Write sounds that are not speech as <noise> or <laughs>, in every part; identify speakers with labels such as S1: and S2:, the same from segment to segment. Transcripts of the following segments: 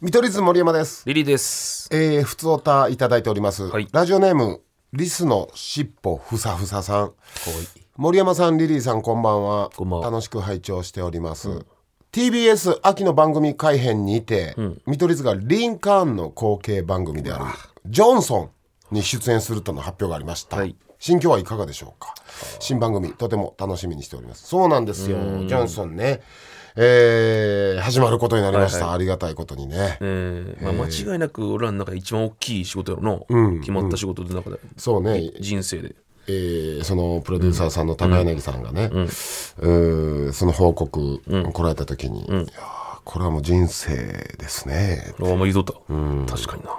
S1: 見取り図森山です。
S2: リリーです。
S1: えー、普通おたいただいております。
S2: はい
S1: ラジオネーム、リスのしっぽふさふささん。森山さん、リリーさん、こんばんは。
S2: こんばんは
S1: 楽しく拝聴しております。TBS 秋の番組改編にて、見取り図がリンカーンの後継番組である、ジョンソンに出演するとの発表がありました。
S2: はい
S1: 心境はいかがでしょうか新番組とても楽しみにしておりますそうなんですよジョンソンね、えー始まることになりました、ありがたいことにね
S2: えーまあ、間違いなく俺らの中で一番大きい仕事やろな、決まった仕事の中で
S1: そうね
S2: 人生で
S1: えーそのプロデューサーさんの高柳さんがね、うーんその報告来られた時に、いやーこれはもう人生ですね
S2: このまま言うとった、確かにな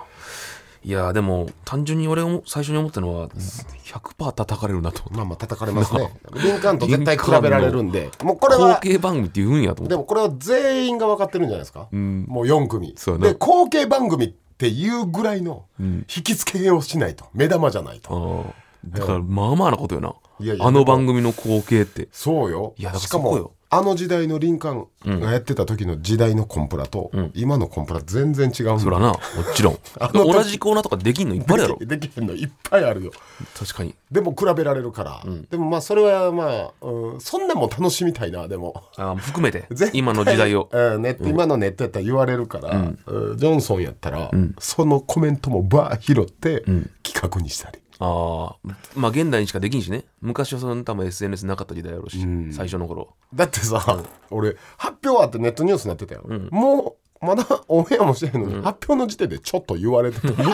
S2: いやーでも単純に俺が最初に思ったのは100%叩かれるなと思っ
S1: まあまあ叩かれますねリンカーンと絶対比べられるんでもうこれ
S2: た後
S1: は
S2: 継番組って言うんやと思っ
S1: で
S2: た
S1: もこれは全員が分かってるんじゃないですか、もう4組
S2: そうやな
S1: で後継番組っていうぐらいの引き付けをしないと目玉じゃないと、
S2: あーだからまあまあなことよな、
S1: いやいや
S2: あの番組の後継って
S1: そうよ
S2: いやだから
S1: しか
S2: そこ
S1: も
S2: よ
S1: あの時代のリンカーンがやってた時の時代のコンプラと、今のコンプラ全然違うんだ
S2: そ
S1: <laughs>
S2: らなもちろん
S1: の時
S2: 同じコーナーとかできんのいっぱいあるやろ
S1: できできへんのいっぱいあるよ
S2: 確かに
S1: でも比べられるから、でもまあそれはまあ、うん、そんなんも楽しみたいなでも
S2: あー含めて
S1: 絶対
S2: 今の時代を
S1: <laughs> うんネット今のネットやったら言われるから、うんジョンソンやったら、そのコメントもバー拾って、企画にしたり
S2: ああまあ現代にしかできんしね昔はその多分 SNS なかった時代やろうし、最初の頃
S1: だってさ、俺発表あってネットニュースになってたよ、もうまだオンエアもしてへんのに、発表の時点でちょっと言われてて無理や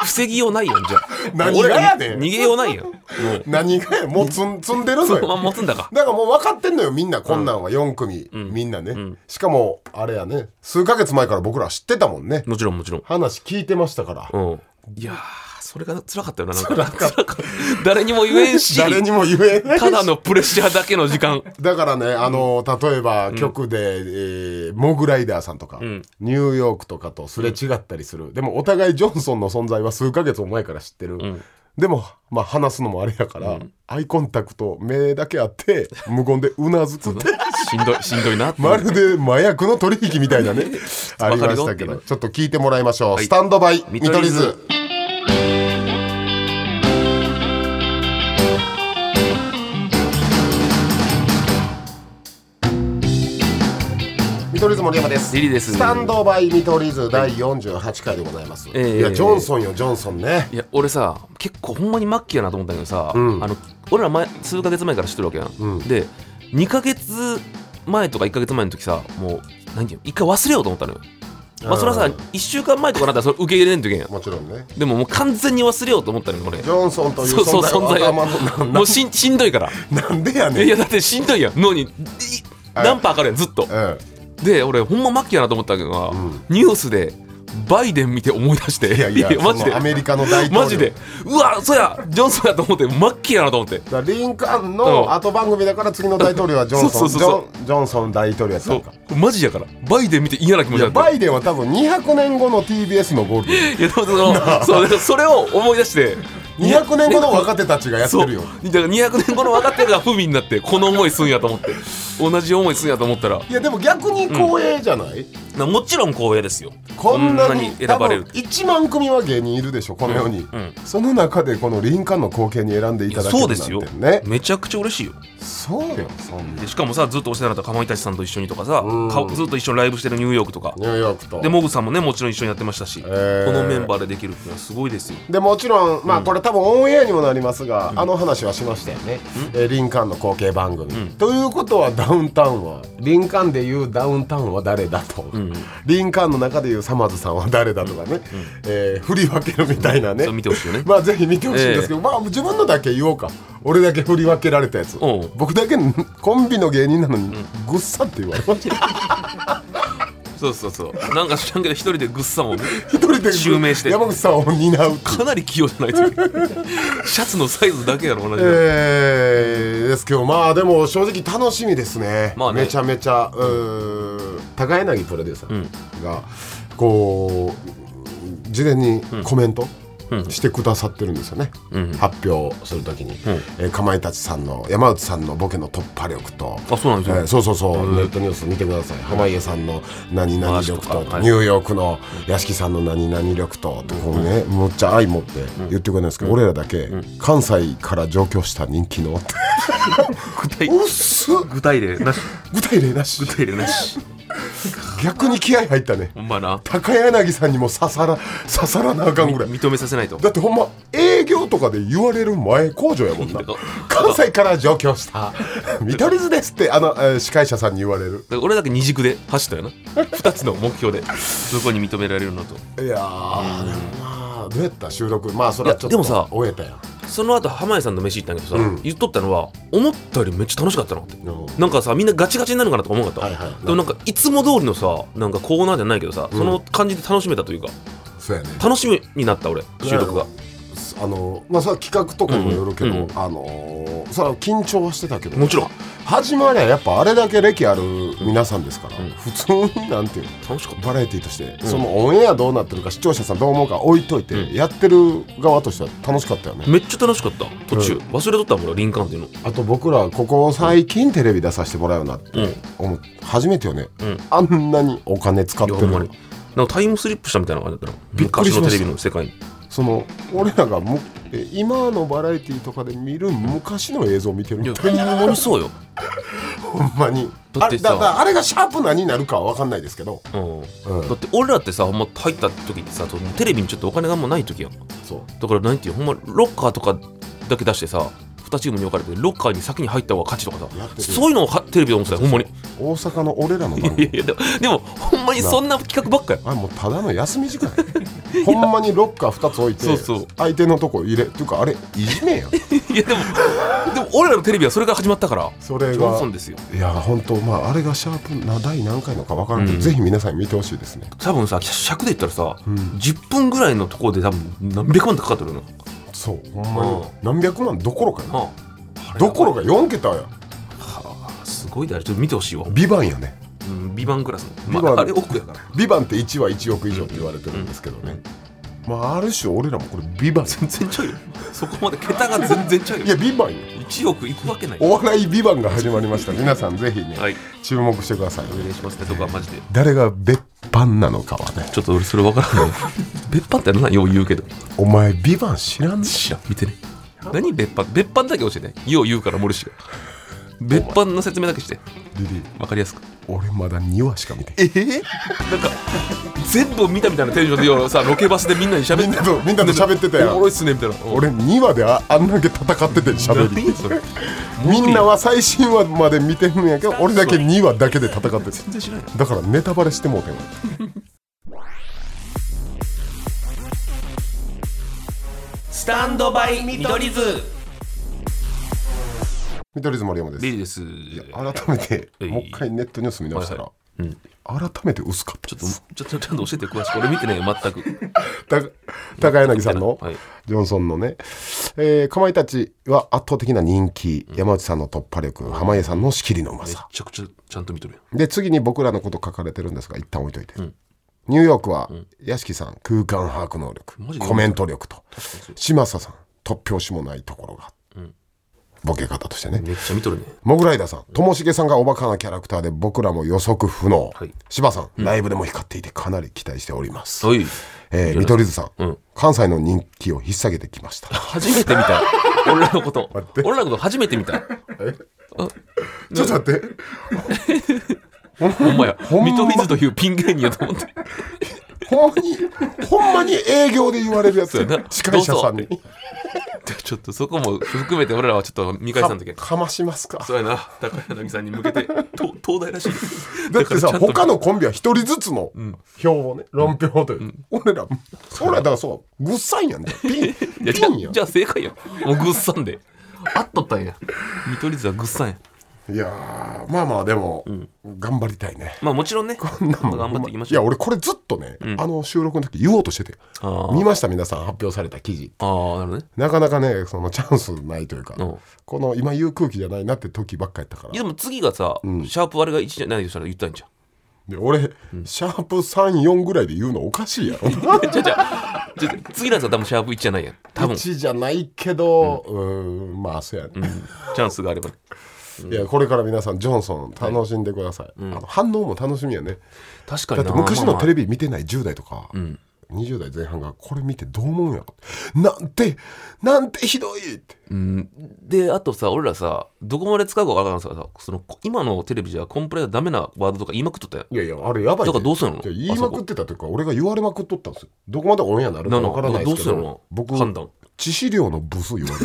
S2: 防ぎようないやんじゃあ
S1: 何がや
S2: 俺
S1: ねん
S2: らに逃げようないやんもう
S1: 何がやもう積ん積んでるの
S2: そのま
S1: よ
S2: んま持つんだか
S1: だからもう分かってんのよみんなこんなんは4組、みんなね、しかもあれやね数ヶ月前から僕ら知ってたもんね
S2: もちろんもちろん
S1: 話聞いてましたから、
S2: うんいやーそれが辛かったよななんか辛かった誰にも言えんし
S1: <laughs> 誰にも言えない
S2: ただのプレッシャーだけの時間
S1: だからねあの例えば曲で、えーモグライダーさんとか、ニューヨークとかとすれ違ったりする、でもお互いジョンソンの存在は数ヶ月も前から知ってる、でも、まあ、話すのもあれやから、アイコンタクト目だけあって無言でうなずくって
S2: しんどいしんどいなって
S1: まるで麻薬の取引みた
S2: <laughs>
S1: いなねありましたけどちょっと聞いてもらいましょう、スタンドバイ見
S2: 見
S1: 取
S2: 取
S1: り
S2: り
S1: 図
S2: 図
S1: 見取り図森山です
S2: リリーです
S1: スタンドバイ見取り図第48回でございます、
S2: ええ
S1: いやジョンソンよジョンソンね
S2: いや俺さ結構ほんまに末期やなと思ったんやけどさ、あの俺ら前数ヶ月前から知ってるわけやん、で2ヶ月前とか1ヶ月前の時さもう何て言うの一回忘れようと思ったのよまあそれはさ
S1: うん
S2: 1週間前とかなったらそれ受け入れないといけんやん
S1: もちろんね
S2: でももう完全に忘れようと思ったのよ俺
S1: ジョンソンという
S2: そうそう
S1: 存
S2: 存
S1: 在
S2: 在
S1: は
S2: を
S1: 頭の中
S2: もうしんしんどいから
S1: なんでやねん
S2: いやだってしんどいやん脳にい何パーかあるやんずっと
S1: うん
S2: で俺ほんま末期やなと思ったけどな、ニュースでバイデン見て思い出して
S1: いやいや
S2: マジ
S1: そ
S2: で
S1: のアメリカの大統領
S2: <laughs> マジでうわそやジョンソンやと思って末期やなと思って
S1: だからリンカーン
S2: う
S1: の
S2: ん
S1: 後番組だから次の大統領はジョンソン
S2: そうそうそう
S1: ジョンジョンソン大統領やった
S2: そ
S1: んか
S2: うマジやからバイデン見て嫌な気持
S1: い
S2: ちだ
S1: や
S2: った
S1: バイデンは多分200年後の TBS のゴールデン
S2: いやでもそのそうだからそれを思い出して
S1: 200年後の若手たちがやって
S2: そう
S1: るよ
S2: だから200年後の若手が不憫になってこの思いすんやと思って同じ思いすんやと思ったら
S1: いやでも逆に光栄じゃない、
S2: なもちろん光栄ですよ
S1: こんなに
S2: 選ばれる
S1: 多分1万組は芸人いるでしょこの世に、その中でこの林間の貢献に選んでいただける
S2: そ
S1: な
S2: うん
S1: て
S2: ですよ
S1: ね
S2: めちゃくちゃ嬉しいよ
S1: そうよそんな
S2: でしかもさずっとお世話になったかまいたちさんと一緒にとかさ
S1: うん
S2: かずっと一緒にライブしてるニューヨークとか
S1: ニューヨークと
S2: でモグさんもねもちろん一緒にやってましたし、
S1: ー
S2: このメンバーでできるっていうのはすごいですよ
S1: でもちろん、まあ、これ多分オンエアにもなりますが、あの話はしましたよね、えーリンカーンの後継番組、ということはダウンタウンはリンカーンでいうダウンタウンは誰だと、リンカーンの中でいうさまずさんは誰だとかね、えー振り分けるみたいなね、
S2: それ見てほしいよね
S1: まあぜひ見てほしいんですけど、まあ自分のだけ言おうか俺だけ振り分けられたやつ
S2: おう
S1: 僕だけコンビの芸人なのにぐっさって言われました
S2: そうそうそうなんか知らんけど一人でぐっさもん
S1: 一人で
S2: 襲名して
S1: 山口さんを担う
S2: かなり器用じゃないとシャツのサイズだけやろ同じだ、
S1: えー、ですけどまあでも正直楽しみですね,、
S2: まあね
S1: めちゃめちゃうーん高柳プロデューサーが、こう事前にコメント、
S2: うん
S1: してくださってるんですよね、
S2: うん
S1: 発表するときに、
S2: うん
S1: えーかまいたちさんの山内さんのボケの突破力と
S2: あそうなんです
S1: え
S2: よ、
S1: ーそうそうそう、
S2: うん
S1: ネットニュース見てください濱家さんの何々力と
S2: 回しとかはい
S1: ニューヨークの屋敷さんの何々力ととこうねむっちゃ愛持って言ってくれないですけど、俺らだけ、関西から上京した人気の
S2: 具体
S1: うっす
S2: 具体例なし
S1: 具体例なし
S2: 具体例なし
S1: 逆に気合入ったね
S2: ほんまな
S1: 高柳さんにも刺さら刺さらなあかんぐらい
S2: 認めさせないと
S1: だってほんま営業とかで言われる前工場やもん
S2: <laughs>
S1: な
S2: だから
S1: 関西から上京した <laughs> 見取り図ですってあの、えー司会者さんに言われる
S2: だから俺だけ二軸で走ったよな二つの目標でそこに認められるのと
S1: いやーでもまあどうやった収録まあそれはちょっ
S2: いやでもさ
S1: と終えたやん
S2: その後濱家さんの飯行ったんやけどさ、
S1: うん
S2: 言っとったのは思ったよりめっちゃ楽しかったなって
S1: うん
S2: なんかさみんなガチガチになるかなとか思わなかった、
S1: はいはい
S2: でもなんかいつも通りのさなんかコーナーじゃないけどさ、
S1: ん
S2: その感じで楽しめたというか
S1: そうやね
S2: 楽しみになった俺収録が
S1: あのまあそれは企画とかにもよるけど、
S2: うんうん
S1: あのーそれは緊張はしてたけど
S2: もちろん
S1: 始まりはやっぱあれだけ歴ある皆さんですから、
S2: うん
S1: 普通になんていうの
S2: 楽しかった
S1: バラエティーとして、
S2: ん
S1: そのオンエアどうなってるか視聴者さんどう思うか置いといて、
S2: うん
S1: やってる側としては楽しかったよね、
S2: めっちゃ楽しかった途中、忘れとったもん俺林間っていうの
S1: あと僕らここ最近テレビ出させてもらうようになって
S2: うん
S1: 思っ初めてよね、
S2: うん
S1: あんなにお金使って
S2: い
S1: る
S2: やほんま
S1: の
S2: になんかタイムスリップしたみたいな感じだったな
S1: びっくり
S2: 昔
S1: し
S2: の
S1: ま
S2: テ
S1: した
S2: レビの世界に
S1: その俺らがむえ今のバラエティーとかで見る昔の映像を見てる
S2: いや
S1: みた
S2: ほ
S1: いなん
S2: まにそうよ、
S1: ほんまに
S2: だ
S1: あ
S2: っ
S1: れ
S2: て
S1: だ
S2: さ
S1: だあれがシャープ何になるかは分かんないですけど、
S2: うん、
S1: うん
S2: だって俺らってさほんま入った時ってさそのテレビにちょっとお金があんまない時やん
S1: そう
S2: だからなんていうほんまロッカーとかだけ出してさ2チームに分かれてロッカーに先に入った方が勝ちとか
S1: やって
S2: さ
S1: る
S2: そういうのをはテレビで思ってたよほん
S1: <laughs>
S2: まに
S1: 大阪の俺らの番
S2: い
S1: 組
S2: やいやでもでもほんまにそんな企画ばっかや
S1: あもうただの休み時間やほんまにロッカー2つ置いて
S2: そうそう
S1: 相手のとこ入れっていうかあれいじめやん
S2: いやでもでも俺らのテレビはそれが始まったから
S1: それ
S2: ジョンソ
S1: が
S2: ンですよ
S1: いや本当まああれがシャープな第何回のか分からんけど、
S2: うん
S1: ぜひ皆さん見てほしいですね
S2: 多分さ尺で言ったらさ、
S1: ん
S2: 10分ぐらいのところで多分何百万ってかかってるの
S1: そうほんまに何百万どころかよ
S2: ああ
S1: どころ
S2: が
S1: か4桁や
S2: すごいであれちょっと見てほしいわ
S1: ビバンやね
S2: うん美版クラスの、
S1: 美版
S2: まあ、あれ奥やから
S1: ビバンって1は1億以上って言われてるんですけどね、まあある種俺らもこれビバン
S2: 全然ちゃうよそこまで桁が全然ちゃうよ
S1: いやビバンよ
S2: 1億いくわけない
S1: お笑いビバンが始まりました皆さんぜひね、
S2: はい
S1: 注目してください
S2: お願いしますねそこはマジで
S1: 誰が別班なのかはね
S2: ちょっと俺それ分からんね別班って何よう言うけど
S1: お前ビバン知らんし
S2: 知らん見てね何別班別班だけ教えてよう言うから森氏が別班の説明だけして
S1: リリー
S2: 分かりやすく
S1: 俺まだ2話しか見て
S2: ええなんか全部見たみたいなテンションでようさロケバスでみんなに喋って
S1: みんなとみんなと喋ってたやん
S2: おもろいっすねみたいな俺
S1: 俺2話でああんだけ戦ってて喋り
S2: 何それ
S1: みんなは最新話まで見てるんやけど俺だけ2話だけで戦ってて
S2: 全然知らんよ
S1: だからネタバレしてもうてんわ
S2: スタンドバイ見取り図
S1: 見取り図森山です
S2: リリーです
S1: 改めて
S2: はい
S1: もう一回ネットニュース見直したら、
S2: はうん
S1: 改めて薄かった
S2: ちょっと
S1: です
S2: ちょっとちゃんと教えて詳しく俺見てないよ全く
S1: た高柳さんの、
S2: はい
S1: ジョンソンのね、えーかまいたちは圧倒的な人気、山内さんの突破力濱家さんの仕切りのうま
S2: め
S1: さ
S2: ちゃくちゃちゃんと見とるやん
S1: で次に僕らのこと書かれてるんですが一旦置いといて、ニューヨークは、屋敷さん空間把握能
S2: マ
S1: 力
S2: ジで
S1: コメント力と
S2: 確かにそう
S1: 嶋佐さん突拍子もないところが、ボケ方としてね
S2: めっちゃ見とるね
S1: モグライダーさんともしげさんがおバカなキャラクターで僕らも予測不能、
S2: はい
S1: 柴さん、ライブでも光っていてかなり期待しております、
S2: はい
S1: えー見取り図さん、
S2: うん
S1: 関西の人気を引っ提げてきました
S2: 初めて見た俺らのこと俺らのこと初めて見た <laughs>
S1: ちょっと待って
S2: ほんまや
S1: んま
S2: 見取り図というピン芸人やと思って
S1: ほんまにほんまに営業で言われるやつ
S2: そうやな
S1: 司会者さんに
S2: どちょっとそこも含めて俺らはちょっと見返さんときゃ
S1: かかましますか
S2: そうやな高柳さんに向け <laughs> てと東大らしい
S1: だってさ
S2: だからちゃんと
S1: 他のコンビは一人ずつの票をね、論評という、俺ら俺らだからそうぐっさんやんねピン
S2: いやじ
S1: ピ
S2: ゃ
S1: ンや
S2: あじゃあ正解やもうぐっさんであっとったんや見取り図はぐっさんや
S1: いやーまあまあでも、頑張りたいね
S2: まあもちろんね頑
S1: なん
S2: 張
S1: も
S2: っていきまし
S1: や
S2: ょう
S1: 俺これずっとね、あの収録の時言おうとしてて見
S2: あ
S1: ました皆さん発表された記事
S2: あああなるほどね
S1: なかなかねそのチャンスないというか、
S2: うん
S1: この今言う空気じゃないなって時ばっかやったか
S2: い
S1: ら
S2: やでも次がさ、シャープあれが1じゃないとしたら言ったんじゃん
S1: で俺、シャープ34ぐらいで言うのおかし <laughs> いやろ
S2: じゃじゃじゃ次のやつは多分シャープ1じゃないやん多分、
S1: 1じゃないけど、うーん、まあそうやね、
S2: うんチャンスがあれば
S1: いやこれから皆さんジョンソン楽しんでください、あの反応も楽しみやね
S2: 確か
S1: だ
S2: に
S1: って
S2: な
S1: 昔のテレ
S2: ビ
S1: ビ見てない10代とか、
S2: ん
S1: 20代前半がこれ見てどう思うんやろなんてなんてひどいって
S2: うん、であとさ俺らさどこまで使うかわからんからさそのこ今のテレビじゃコンプライがダメなワードとか言いまくっとったやん
S1: いやいやあれやばい
S2: だからどうすんの
S1: じゃあ言いまくってたというか俺が言われまくっとったんですよどこまでオンエアになるかわからないですけど
S2: なのどうすんの
S1: 僕
S2: 判断
S1: 致死量のブス言われた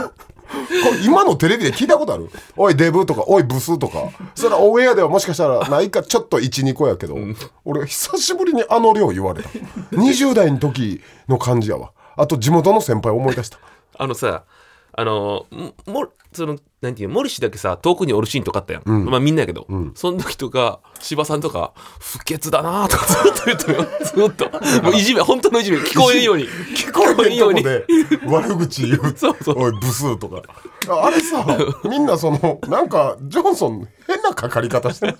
S1: これ今のテレビで聞いたことあるおいデブとかおいブスとかそれはオンエアではもしかしたらないかちょっと12個やけど、俺久しぶりにあの量言われた20代の時の感じやわあと地元の先輩思い出した
S2: あのさあのももそのなんていうの森氏だけさ遠くにおるシーンとかあったやん、まあみんなやけど、その時とか芝さんとか「不潔だな」とかずっと言ってるよずっともういじめ本当のいじめ聞こえんように聞こえんように
S1: で悪口言う
S2: そうそう
S1: おいブスとかああれさみんなそのなんかジョンソン変なかかり方してる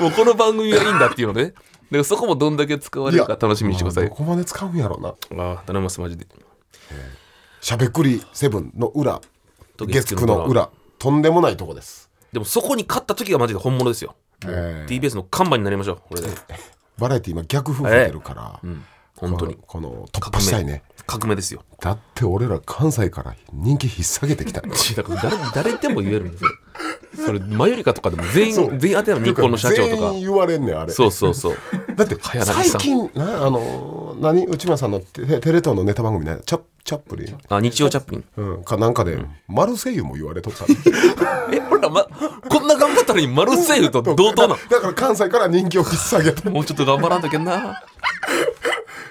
S2: もうこの番組はいいんだっていうのねだからそこもどんだけ使われるか楽しみにしてください
S1: まあどこまで使うんやろうな
S2: ああ頼みますマジで
S1: しゃべくりセブンの裏月
S2: 月
S1: 九
S2: 九
S1: の
S2: の
S1: 裏とんでもないとこです、
S2: でもそこに勝った時がマジで本物ですよ
S1: えー
S2: TBS の看板になりましょうこれで
S1: バラエティ今逆風吹いてるから、
S2: 本当に
S1: このこの突破したいね
S2: 革命ですよ
S1: だって俺ら関西から人気引っ提げて
S2: <laughs>
S1: きた
S2: だから誰誰でも言えるんですよそれマユリカとかでも全員全員当てはめる日本の社長と
S1: 全
S2: か
S1: 員言われんねんあれ
S2: そうそうそう
S1: だって
S2: 早成
S1: 最
S2: さん
S1: 近なあのー何内村さんのテテレ東のネタ番組ねチャッチャップリン、
S2: あ日曜チャップリン
S1: うん、かなんかで、マルセイユも言われとった
S2: え俺ら、ま、こんな頑張ったのにマルセイユと同等なの
S1: <laughs> だから関西から人気を引っ提げた
S2: もうちょっと頑張らんといけんな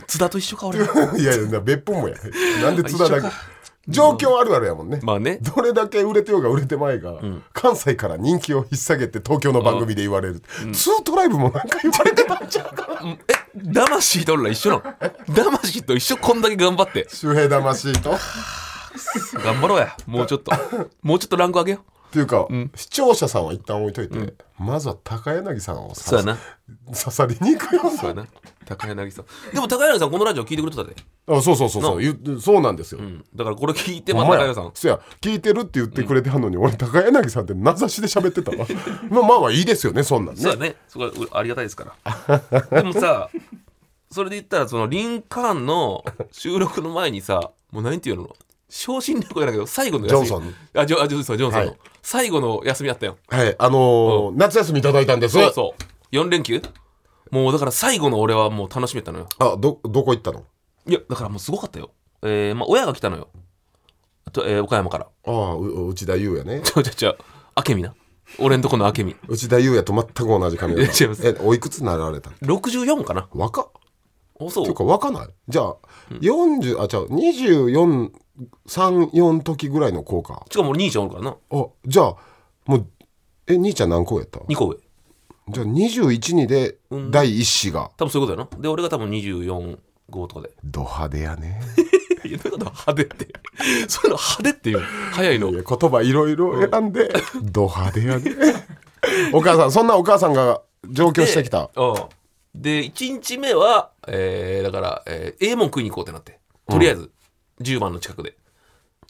S2: 津田と一緒か俺
S1: <laughs> いやいやな別府もやなんで津田だけ状況あるあるやもんね、
S2: まあね
S1: どれだけ売れてようが売れてまいが、関西から人気を引っ提げて東京の番組で言われる、ツートライブもなんか言われてたん <laughs> ちゃうか
S2: え魂と俺ら一緒なの魂と一緒こんだけ頑張って
S1: 周平魂とっ
S2: 頑張ろうやもうちょっともうちょっとランク上げよう
S1: ていうか、視聴者さんは一旦置いといて、まずは高柳さんを
S2: そう
S1: さ
S2: やな
S1: 刺さりに行くよ
S2: そうやな高柳さんでも高柳さんこのラジオ聞いてくれてたで、
S1: あそうそうそうそう言うそうなんですよ、
S2: うん、だからこれ聞いてま
S1: ほ
S2: た
S1: んま
S2: 高
S1: や
S2: 柳さん
S1: そや聞いてるって言ってくれてはんのに、俺高柳さんって名指しで喋ってた
S2: <laughs>
S1: わまあまあまあいいですよねそんなんね
S2: そうやねそこはうありがたいですからでもさそれで言ったらそのリンカーンの収録の前にさもう何て言うの昇進旅行やだけど最後の休み
S1: ジョンソン
S2: あジョあジョンソンジョンソンの、
S1: はい
S2: 最後の休みあったよ
S1: はいあのー夏休みいただいたんです
S2: そうそう4連休もうだから最後の俺はもう楽しめたのよ
S1: あどどこ行ったの
S2: いやだからもうすごかったよえー、まあ親が来たのよあと、えー岡山から
S1: ああう内田優
S2: <laughs>
S1: 也ね
S2: ちょちょちょ明美な俺んとこの明美
S1: 内田優也と全く同じ髪型
S2: いや違います
S1: えおいくつになられたの
S2: 64かな
S1: 若っ
S2: おそ
S1: ていう
S2: う
S1: か若ないじゃあ、40あじゃあ2434時ぐらいの子か
S2: しかも俺兄ちゃんおるからな
S1: あじゃあもうえ兄ちゃん何校やった
S2: 2個上
S1: じゃあ21にで第一子が、
S2: 多分そういうことやなで俺が多分24号とかで <laughs>
S1: ド派手やね
S2: いやだから派手って <laughs> そういうの派手っていうの早いの
S1: いや言葉いろいろ選んで、ド派手やねお母さんそんなお母さんが上京してきた
S2: でうんで1日目は、えー、だから、えー、ええもん食いに行こうってなってとりあえず10番の近くで、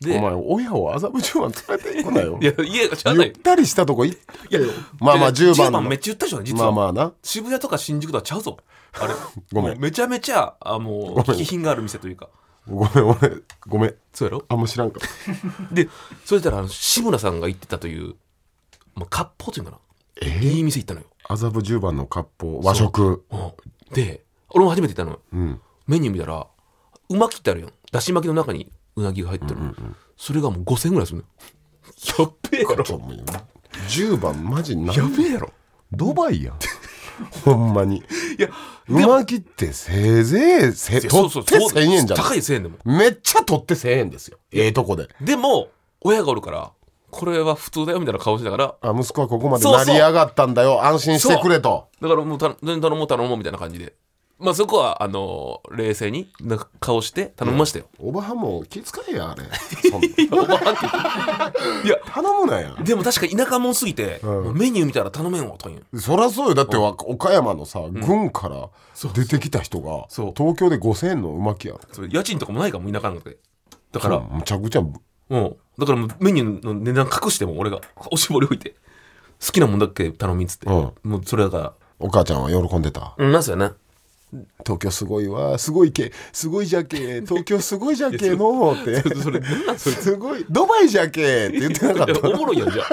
S1: お
S2: で
S1: 前親を麻布十番連れてこないよ
S2: いや家が知らな
S1: ゆ
S2: い
S1: ったりしたとこ行ってよまあまあ
S2: で
S1: 10番の
S2: めっちゃ言ったでしょ実
S1: ま
S2: は、
S1: あまあな
S2: 渋谷とか新宿とはちゃうぞあれ
S1: <laughs> ごめん
S2: もうめちゃめちゃあもう気品がある店というか
S1: ごめん俺ごめん
S2: そうやろ
S1: あんま知らんかった
S2: でそれたらあの志村さんが行ってたという、まあ、割烹というのかな、いい店行ったのよ、
S1: 麻布十番の割烹和食
S2: うん、で俺も初めて行ったのよ
S1: うん
S2: メニュー見たらうまきってあるやんだし巻きの中にうなぎが入ってる、それがもう5000円ぐらいするのよやっべえやろ
S1: ちょもう十番マジな
S2: やべえやろ
S1: ドバイやん
S2: <laughs>
S1: ほんまに
S2: いや
S1: うまきってせいぜいせ取
S2: そうそう
S1: って
S2: そう
S1: 1000円じゃん
S2: 高い1000円でも
S1: めっちゃ取って1000円ですよええとこで
S2: でも親がおるからこれは普通だよみたいな顔してたから
S1: あ息子はここまで
S2: そう
S1: 成
S2: そう
S1: り上がったんだよ安心してくれと
S2: だからもうた全然頼もう頼もうみたいな感じでまあそこはあの冷静になんか顔して頼みましたよ、
S1: おばはんも気遣えや
S2: <laughs>
S1: あれそんな
S2: おばはんって言っ
S1: 頼むなや
S2: てでも確かに田舎もんすぎて、
S1: うん
S2: もうメニュー見たら頼めんわという
S1: そりゃそうよだってわ岡山のさ軍から出てきた人が
S2: そう
S1: 東京で5,000円のうまきやろ
S2: それ家賃とかもないからもう田舎なんでだから、
S1: むちゃくちゃ
S2: うん。だからもうメニューの値段隠しても俺がおしぼり置いて、好きなもんだけ頼みっつって。
S1: うん
S2: もうそれだか
S1: お母ちゃんは喜んでた
S2: ら。うん、なんすよね。
S1: 東京すごいわすごいけすごいじゃ
S2: <laughs>
S1: け東京すごいじゃけのって
S2: それ、なんなんそれ。
S1: すごいドバイじゃけって言ってなかっ
S2: いや
S1: た
S2: おもろいやんじゃあ。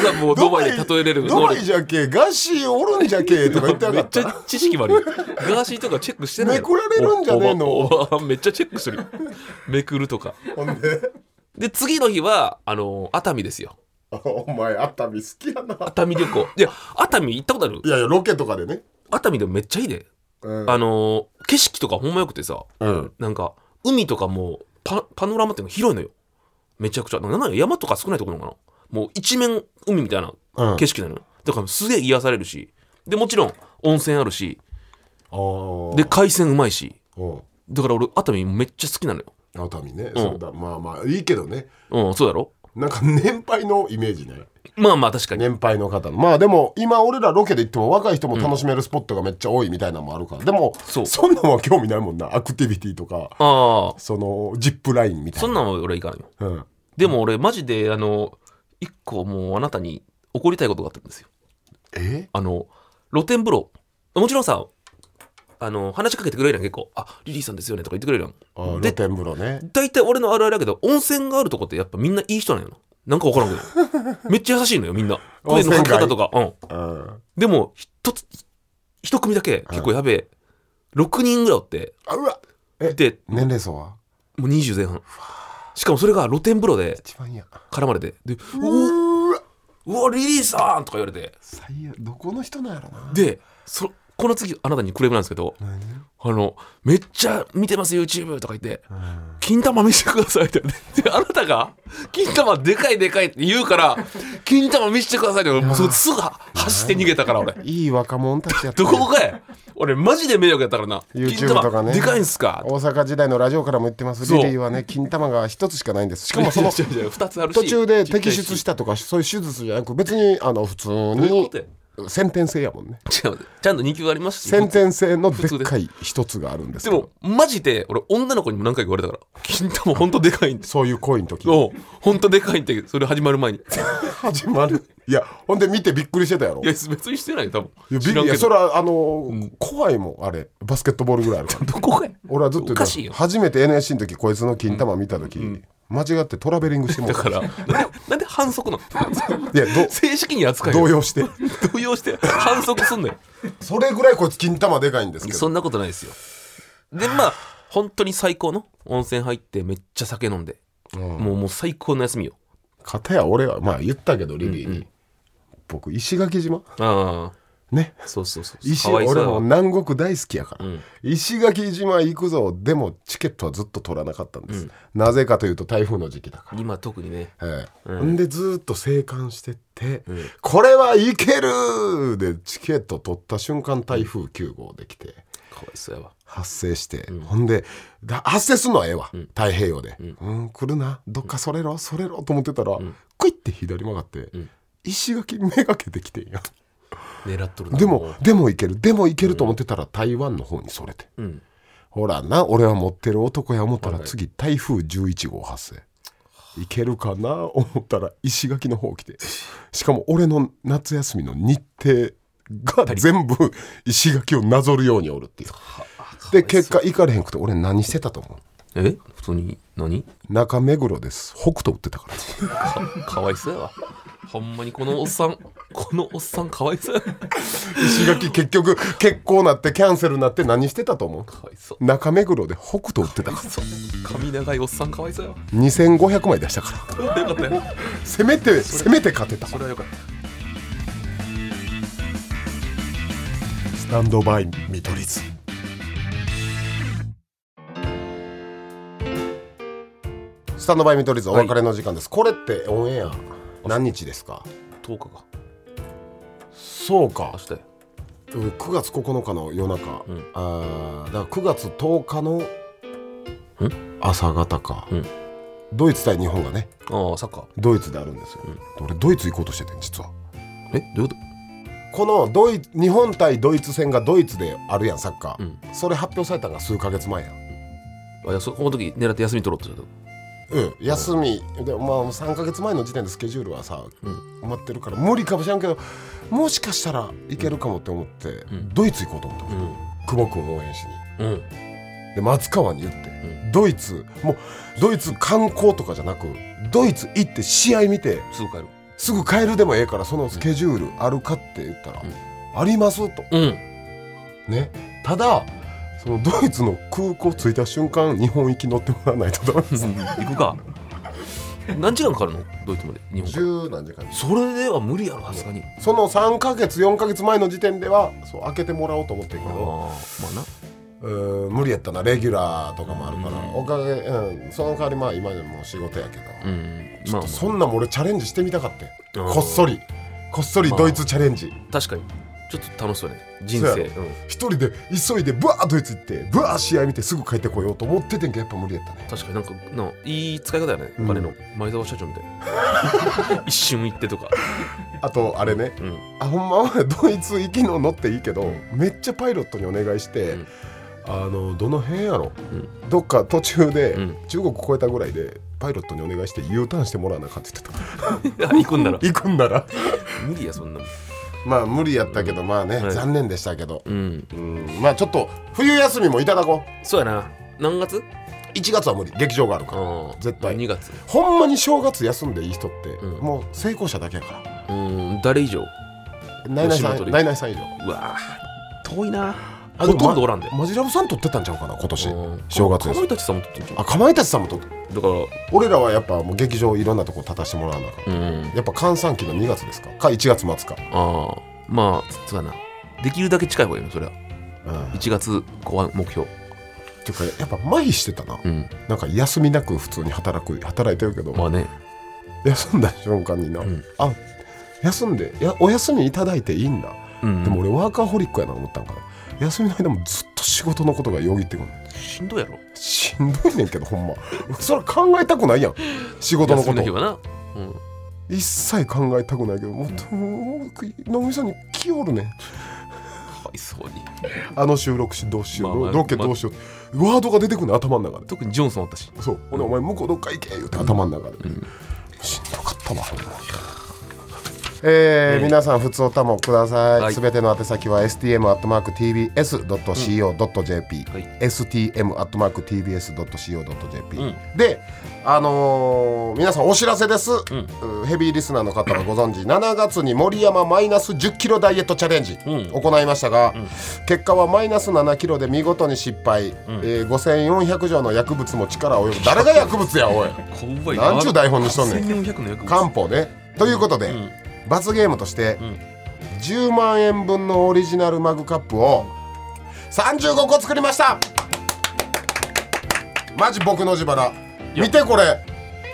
S2: 朝もうドバイで例えれる
S1: ドバイじゃけガッシーおるんじゃけとか言って
S2: <laughs> め
S1: な
S2: っ
S1: かっ
S2: ち
S1: た
S2: ゃ知識悪い。ガーシーとかチェックしてないの。
S1: めくられるんじゃねえの
S2: おおばおばめっちゃチェックする。めくるとか。
S1: ほんで <laughs>
S2: で、次の日は、あの、熱海ですよ。
S1: お前熱海好きやな
S2: 熱海旅行。いや、熱海行ったことある
S1: いやいやロケとかでね
S2: 熱海でもめっちゃいいで。
S1: うん
S2: あの、景色とかほんまよくてさ。
S1: うん
S2: なんか海とかもパパノラマっていうのが広いのよめちゃくちゃなんかなんや山とか少ないところなのかなもう一面海みたいな
S1: うん
S2: 景色なのよ、だからすげえ癒されるしでもちろん温泉あるし
S1: あー
S2: で海鮮うまいし
S1: うん
S2: だから俺熱海めっちゃ好きなのよ
S1: 熱海ね、
S2: うん
S1: そうだまあまあいいけどね
S2: うんそうだろ
S1: なんか年配のイメージね
S2: まあまあ確かに
S1: 年配の方のまあでも今俺らロケで行っても若い人も楽しめるスポットがめっちゃ多いみたいなのもあるから、でも
S2: そ
S1: そうそんなんは興味ないもんなアクティビティとか
S2: ああ
S1: そのジップラインみたい
S2: そん
S1: な
S2: なんは俺いかんよ
S1: うん、
S2: でも俺マジであの一個もうあなたに怒りたいことがあったんですよ
S1: え
S2: あの露天風呂もちろんさあの話しかけてくれるやん結構「あリリーさんですよね」とか言ってくれる
S1: あ
S2: やん
S1: 露
S2: で
S1: 天風呂ね
S2: 大体俺のあるあるだけど温泉があるとこってやっぱみんないい人なんよななんか分からんけ
S1: <laughs>
S2: どめっちゃ優しいのよみんな
S1: 温
S2: 声の
S1: 泉
S2: か
S1: 街
S2: け方とかうん
S1: うん
S2: でも一つ一組だけ結構やべえ、6人ぐらいおって
S1: あうわえ
S2: で
S1: 年齢層は
S2: もう20前半しかもそれが露天風呂で
S1: 一番いいや
S2: 絡まれてで「うお
S1: うわ
S2: うわリリーさん!」とか言われて
S1: 最悪どこの人なんやろな
S2: でそこの次あなたにクレームなんですけど
S1: 何
S2: 「あのめっちゃ見てます YouTube」とか言って「金玉見せてください」って言われてであなたが「金玉でかいでかい」って言うから「金玉見せてください」って俺もうそすぐは走って逃げたから俺
S1: いい若者たちやった
S2: どこかへ俺マジで迷惑やったからな「金
S1: YouTube とか
S2: 玉
S1: ね
S2: でかいんすか?
S1: 大阪時代のラジオからも言ってます
S2: そう
S1: リリーはね金玉が一つしかないんですし」かもその
S2: 違う違う違う二つあるし
S1: 途中で摘出したとかそういう手術じゃなく別にあの普通に
S2: ちっ
S1: 先天性やもんね
S2: ちゃいし違うちゃんと2級ありました
S1: 先
S2: し
S1: 天性のでっかい一つがあるんです
S2: で
S1: けど
S2: もマジで俺女の子にも何回か言われたから「金玉ほんとでかいんです」
S1: そういう恋の時
S2: おうほんとでかいんってそれ始まる前に
S1: 始まるいやほんで見てびっくりしてたやろ
S2: いや別にしてないよ多分
S1: いやび
S2: 知らん
S1: い
S2: け
S1: やそ
S2: ど
S1: れはあの怖いもんあれバスケットボールぐらいあるから
S2: どこかや
S1: 俺はずっと
S2: お
S1: 言っ
S2: か
S1: て
S2: しいよ
S1: た初めて NSC の時こいつの金玉見た時間違ってトラベリングしても
S2: だ
S1: らっ
S2: か
S1: た
S2: らなんでなんで反則なの
S1: いやど
S2: 正式に扱い
S1: 動揺して
S2: 動揺して反則すんのよ
S1: それぐらいこいつ金玉でかいんですけど
S2: そんなことないですよでまあ本当に最高の温泉入ってめっちゃ酒飲んで、もうもう最高の休みよ
S1: 片や俺はまあ言ったけどリリーに僕石垣島
S2: あ
S1: ね
S2: あそうそうそう
S1: 石
S2: かわいそう
S1: 俺
S2: やわ
S1: も南国大好きやから、
S2: ん
S1: 石垣島行くぞでもチケットはずっと取らなかったんです、なぜかというと台風の時期だから
S2: 今特にね
S1: ええんでずーっと生還してって、これはいけるでチケット取った瞬間台風9号できて
S2: かわいそうやわ
S1: 発生して、ほんでだ発生するのはええわ、太平洋で、うん、来るなどっかそれろそれろと思ってたら、クイって左曲がって、石垣めがけてきてんや
S2: 狙っとるな
S1: でも、でもいける、でもいけると思ってたら台湾の方にそれて。
S2: うん、
S1: ほらな、俺は持ってる男や思ったら次、台風11号発生。いけるかな思ったら石垣の方来て。しかも俺の夏休みの日程が全部石垣をなぞるようにおるっていう。で、結果行かれへんくて俺何してたと思う
S2: え普通に何
S1: 中目黒です。北斗売ってたから。
S2: かかわいそうやわほんまにこのおっさんこのおっさんかわいそうやか
S1: 石垣結局結婚なってキャンセルなって何してたと思
S2: わ
S1: う
S2: いそう
S1: 中目黒で北斗売ってたから。
S2: そう髪長いおっさんかわいそうやわ
S1: 2500枚出したから。
S2: よかったよ
S1: せめてせめて勝てた
S2: それはよかった
S1: スタンドバイ見取り図スタンドバイ見取り図お別れの時間です、これってオンエア何日ですか
S2: 10日か
S1: そうか
S2: 明日や
S1: うん9月9日の夜中、
S2: うん
S1: あーだから9月10日の朝方か、
S2: うん
S1: ドイツ対日本がね
S2: ああサッカー
S1: ドイツであるんですよ、俺ドイツ行こうとしててん実は
S2: えどういうこ
S1: このドイ日本対ドイツ戦がドイツであるやんサッカー、
S2: うん
S1: それ発表されたのが数ヶ月前やん
S2: とあいやそこの時狙って休み取ろうとしたけど
S1: うん、休みで、まあ、3か月前の時点でスケジュールはさ、
S2: うん
S1: 埋まってるから無理かもしれんけどもしかしたらいけるかもって思って、
S2: ん
S1: ドイツ行こうと思った、
S2: う
S1: 久保君を応援しに
S2: んうん
S1: で松川に言って、
S2: う
S1: ドイツもうドイツ観光とかじゃなくドイツ行って試合見て
S2: すぐ帰る
S1: すぐ帰るでもええからそのスケジュールあるかって言ったら、ありますと
S2: うん
S1: ねただそのドイツの空港着いた瞬間日本行き乗ってもらわないとダメです
S2: 行くか何時間かかるのドイツまで日本から
S1: 十何時間
S2: それでは無理やろさすがに
S1: その3か月4か月前の時点ではそう開けてもらおうと思ってるけ
S2: ああ
S1: ど
S2: まあな
S1: うーん無理やったなレギュラーとかもあるから、
S2: うん
S1: おかげ、うん、その代わりまあ今でも仕事やけど、
S2: うん
S1: ちょ
S2: ま
S1: っ
S2: あ
S1: とそんなんも俺チャレンジしてみたかって、
S2: うん
S1: こっそりこっそりドイツチャレンジ
S2: 確かにちょっと楽しそうやね人
S1: そう
S2: 生
S1: やろ一人で急いでブワードイツ行ってブワー試合見てすぐ帰ってこようと思っててんけどやっぱ無理やったね
S2: 確かになんかなんかいい使い方やねお金の前澤社長みたい <laughs> な一瞬行ってとか
S1: あとあれね
S2: うん
S1: あほんまはドイツ行きの乗っていいけど、めっちゃパイロットにお願いして、
S2: うん
S1: あのどの辺やろ、
S2: ん
S1: どっか途中で、
S2: うん
S1: 中国越えたぐらいでパイロットにお願いして U ターンしてもらわなあかんって言って
S2: あ
S1: た
S2: <laughs> 行くんなら
S1: 行くんなら
S2: 無理やそんなもん
S1: まあ無理やったけど、まあね、
S2: はい
S1: 残念でしたけど、
S2: うん
S1: うん、まあちょっと冬休みもいただこう
S2: そうやな何月
S1: 1月は無理劇場があるから、
S2: うん
S1: 絶対
S2: 2月
S1: ほんまに正月休んでいい人って、
S2: うん
S1: もう成功者だけやか
S2: う
S1: ら
S2: ん誰以上
S1: ナイナイさ
S2: 吉本
S1: ん
S2: で
S1: ナイナイさん以上
S2: うわー遠いな
S1: あ
S2: ほ
S1: でも
S2: とんどおらんで
S1: マジラブさん撮ってたんちゃうかな今年
S2: うん
S1: 正月
S2: か
S1: で
S2: ますいたちさんも撮ってんじゃん
S1: あかまいたちさんも撮って
S2: だか
S1: 俺らはやっぱもう劇場いろんなとこ立たしてもらわなあかん
S2: らうん
S1: やっぱ閑散期の2月ですかか1月末か、
S2: ああまあそうやなできるだけ近い方がいいよそれは
S1: うん、
S2: 1月後半目標
S1: ていうかやっぱ麻痺してたな、
S2: うん
S1: なんか休みなく普通に働く働いてるけど、
S2: まあね
S1: 休んだ瞬間にな、
S2: ん
S1: あ休んでやお休みいただいていいんだ、
S2: うん
S1: でも俺ワーカーホリックやな思ったんかな休みの間もずっと仕事のことがよぎってくる
S2: しんどいやろ
S1: しんどいねんけどほんまそれ考えたくないやん仕事のこ
S2: 休みの日
S1: と
S2: はなうん
S1: 一切考えたくないけどもうともく脳みそに来よるねん
S2: かわいそうに
S1: あの収録しどうしよう、
S2: まあまあ
S1: ロケどうしよう、ワードが出てくるの頭の中で
S2: 特にジョンソンあったし
S1: そうほんでお前向こうどっか行け言うて頭の中で、
S2: ん
S1: しんどかったわえー皆さん、ふつおたもくださ。
S2: はいい
S1: すべ、ての宛先は stm.tbs.co.jp、
S2: はい
S1: stm.tbs.co.jp、
S2: うん
S1: で、あのー皆さんお知らせです、
S2: ん
S1: うヘビーリスナーの方はご存知、7月に森山マイナス10キロダイエットチャレンジ、
S2: うん
S1: 行いましたが、結果はマイナス7キロで見事に失敗、えー5400錠の薬物も力及ぶ誰が薬物やおい
S2: 怖い
S1: なんちゅう台本にしとんねん
S2: 1400の役目
S1: 漢方ねということで、
S2: ん
S1: 罰ゲームとして、
S2: ん
S1: 10万円分のオリジナルマグカップを35個作りましたマジ僕の自
S2: い
S1: 腹
S2: や
S1: 見てこれ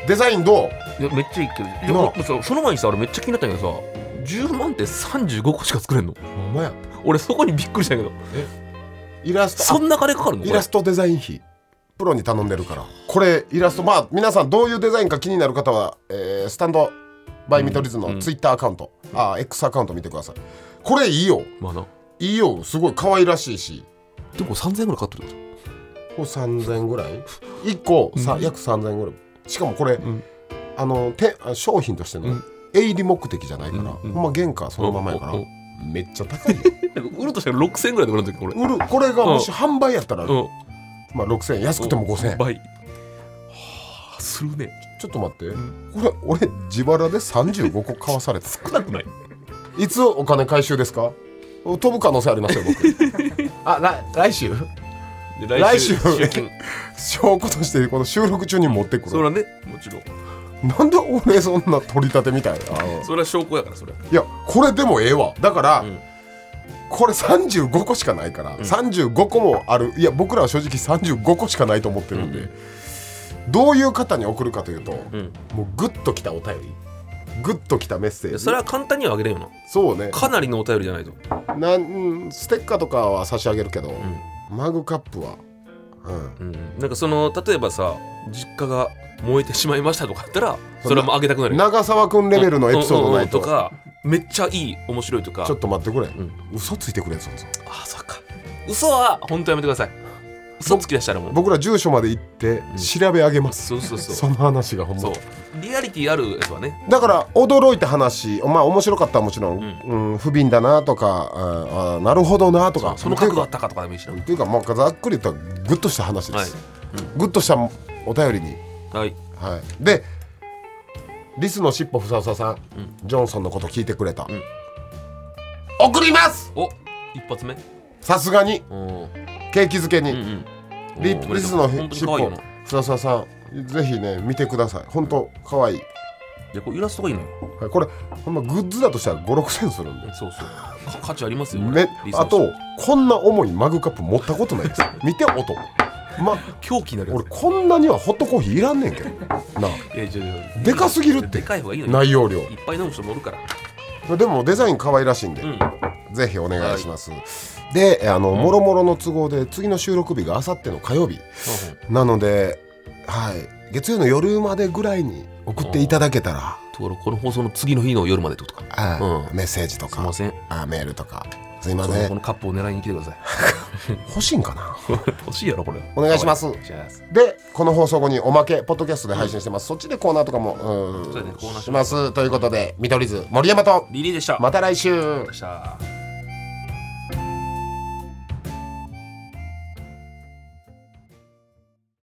S1: デザインどう
S2: いやめっちゃいいけどいや
S1: なあ
S2: もうさその前にさ俺めっちゃ気になったんやけどさ10万って35個しか作れんの
S1: ほんまや
S2: 俺そこにびっくりしたんやけど
S1: イラスト
S2: そんな金かかるの
S1: イラストデザイン費プロに頼んでるからこれイラストまあ皆さんどういうデザインか気になる方は、えースタンドバイ見取り図
S2: うんう
S1: の
S2: ん
S1: ツイッターアカウント、あー X アカウント見てくださいこれいいよ
S2: まあない
S1: いよすごい可愛らしいし
S2: でも3000円ぐらいかかってるってこ
S1: これ3000ぐらい1個、さ約3000ぐらいしかもこれ、
S2: ん
S1: あのてあ商品としての、
S2: うん
S1: 営利目的じゃないから、
S2: うんうん
S1: ほんま原価そ
S2: と
S1: のままやから
S2: おおお
S1: めっちゃ高いよ
S2: なんか売るとしたら6000円ぐらいで売るんだけどこれ
S1: 売るこれがもし
S2: う
S1: 販売やったら、
S2: うん
S1: まあ、6000円安くても5000円
S2: 倍はあするね
S1: ちょっと待って、これ俺自腹で35個買わさ
S2: <laughs>
S1: れて
S2: 少なくない
S1: いつお金回収ですか飛ぶ可能性ありますよ僕
S2: <laughs>
S1: あ来来週
S2: で
S1: 来週
S2: 来
S1: <laughs>
S2: 週
S1: 証拠としてこの収録中に持ってく
S2: それ
S1: る
S2: はねもちろん
S1: なんで俺そんな取り立てみたいな
S2: それは証拠やからそれはい
S1: やこれでもええわだから、
S2: うん
S1: これ35個しかないから、35個もあるいや僕らは正直35個しかないと思ってるんで、どういう方に送るかというと、
S2: うん
S1: もうグッときたお便りグッときたメッセージ
S2: それは簡単にはあげれんよな
S1: そうね
S2: かなりのお便りじゃないと
S1: なんうんステッカーとかは差し上げるけど、マグカップはうん
S2: うん、なんかその例えばさ実家が燃えてしまいましたとかあったらそれはもうあげたくなるよ
S1: 長澤君レベルのエピソードないと,、
S2: うんうんうんとかめっちゃいい面白いとか
S1: ちょっと待ってくれ、
S2: ん
S1: 嘘ついてくれそもそも
S2: あそっか嘘は本当やめてください嘘つき出したらもう
S1: 僕ら住所まで行って調べ上げます、
S2: そうそうそう
S1: その話がほんま
S2: そうリアリティあるやつはね
S1: だから驚いた話まあ面白かったはもちろん、うん不憫だなとかああなるほどなとか
S2: その覚悟あったかとかでもいいしな
S1: っていうかまあざっくり言ったらグッとした話です、
S2: はい
S1: グッとしたお便りに、
S2: はい
S1: はい、でリスのしっぽふさふささん、ジョンソンのこと聞いてくれた、
S2: ん
S1: 送ります
S2: お一発目
S1: さすがに
S2: うん
S1: 景気づけに、
S2: うん
S1: リ
S2: うん
S1: リスの
S2: 本当に
S1: し
S2: 可
S1: っぽ
S2: 愛いよなじ
S1: ふさふささんぜひね見てください本当可愛い
S2: ゃあこれイラストがいいのよ
S1: はいこれほんまグッズだとしたら5 6千するんで
S2: そうそうか価値ありますよこれ
S1: め
S2: リスの
S1: あとこんな重いマグカップ持ったことな
S2: <laughs>
S1: いです見て音ま
S2: 狂気になるや
S1: 俺こんなにはホットコーヒーいらんねんけど
S2: <laughs>
S1: な
S2: ついやいやいやいや
S1: でかすぎるって
S2: でかい方がいいのよ
S1: 内容量
S2: いっぱい飲む人もおるから
S1: でもデザイン可愛らしいんで、
S2: うん
S1: ぜひお願いします、であのもろもろの都合で次の収録日があさっての火曜日なのではい月曜の夜までぐらいに送っていただけたら
S2: ところこの放送の次の日の夜までってことか
S1: あ
S2: うん
S1: メッセージと
S2: すい
S1: か
S2: ません
S1: あメールとかすいま
S2: ちょっ
S1: せ
S2: とこ
S1: ん
S2: のカップを狙いに来てください <laughs>
S1: 欲しいんかな
S2: 欲しいやろこれ
S1: お願いします
S2: じゃあ
S1: でこの放送後におまけポッドキャストで配信してます、そっちでコーナーとかもうん
S2: そうだねコーナー
S1: しますということで見取り図森山と
S2: リリーでした
S1: また来週
S2: でした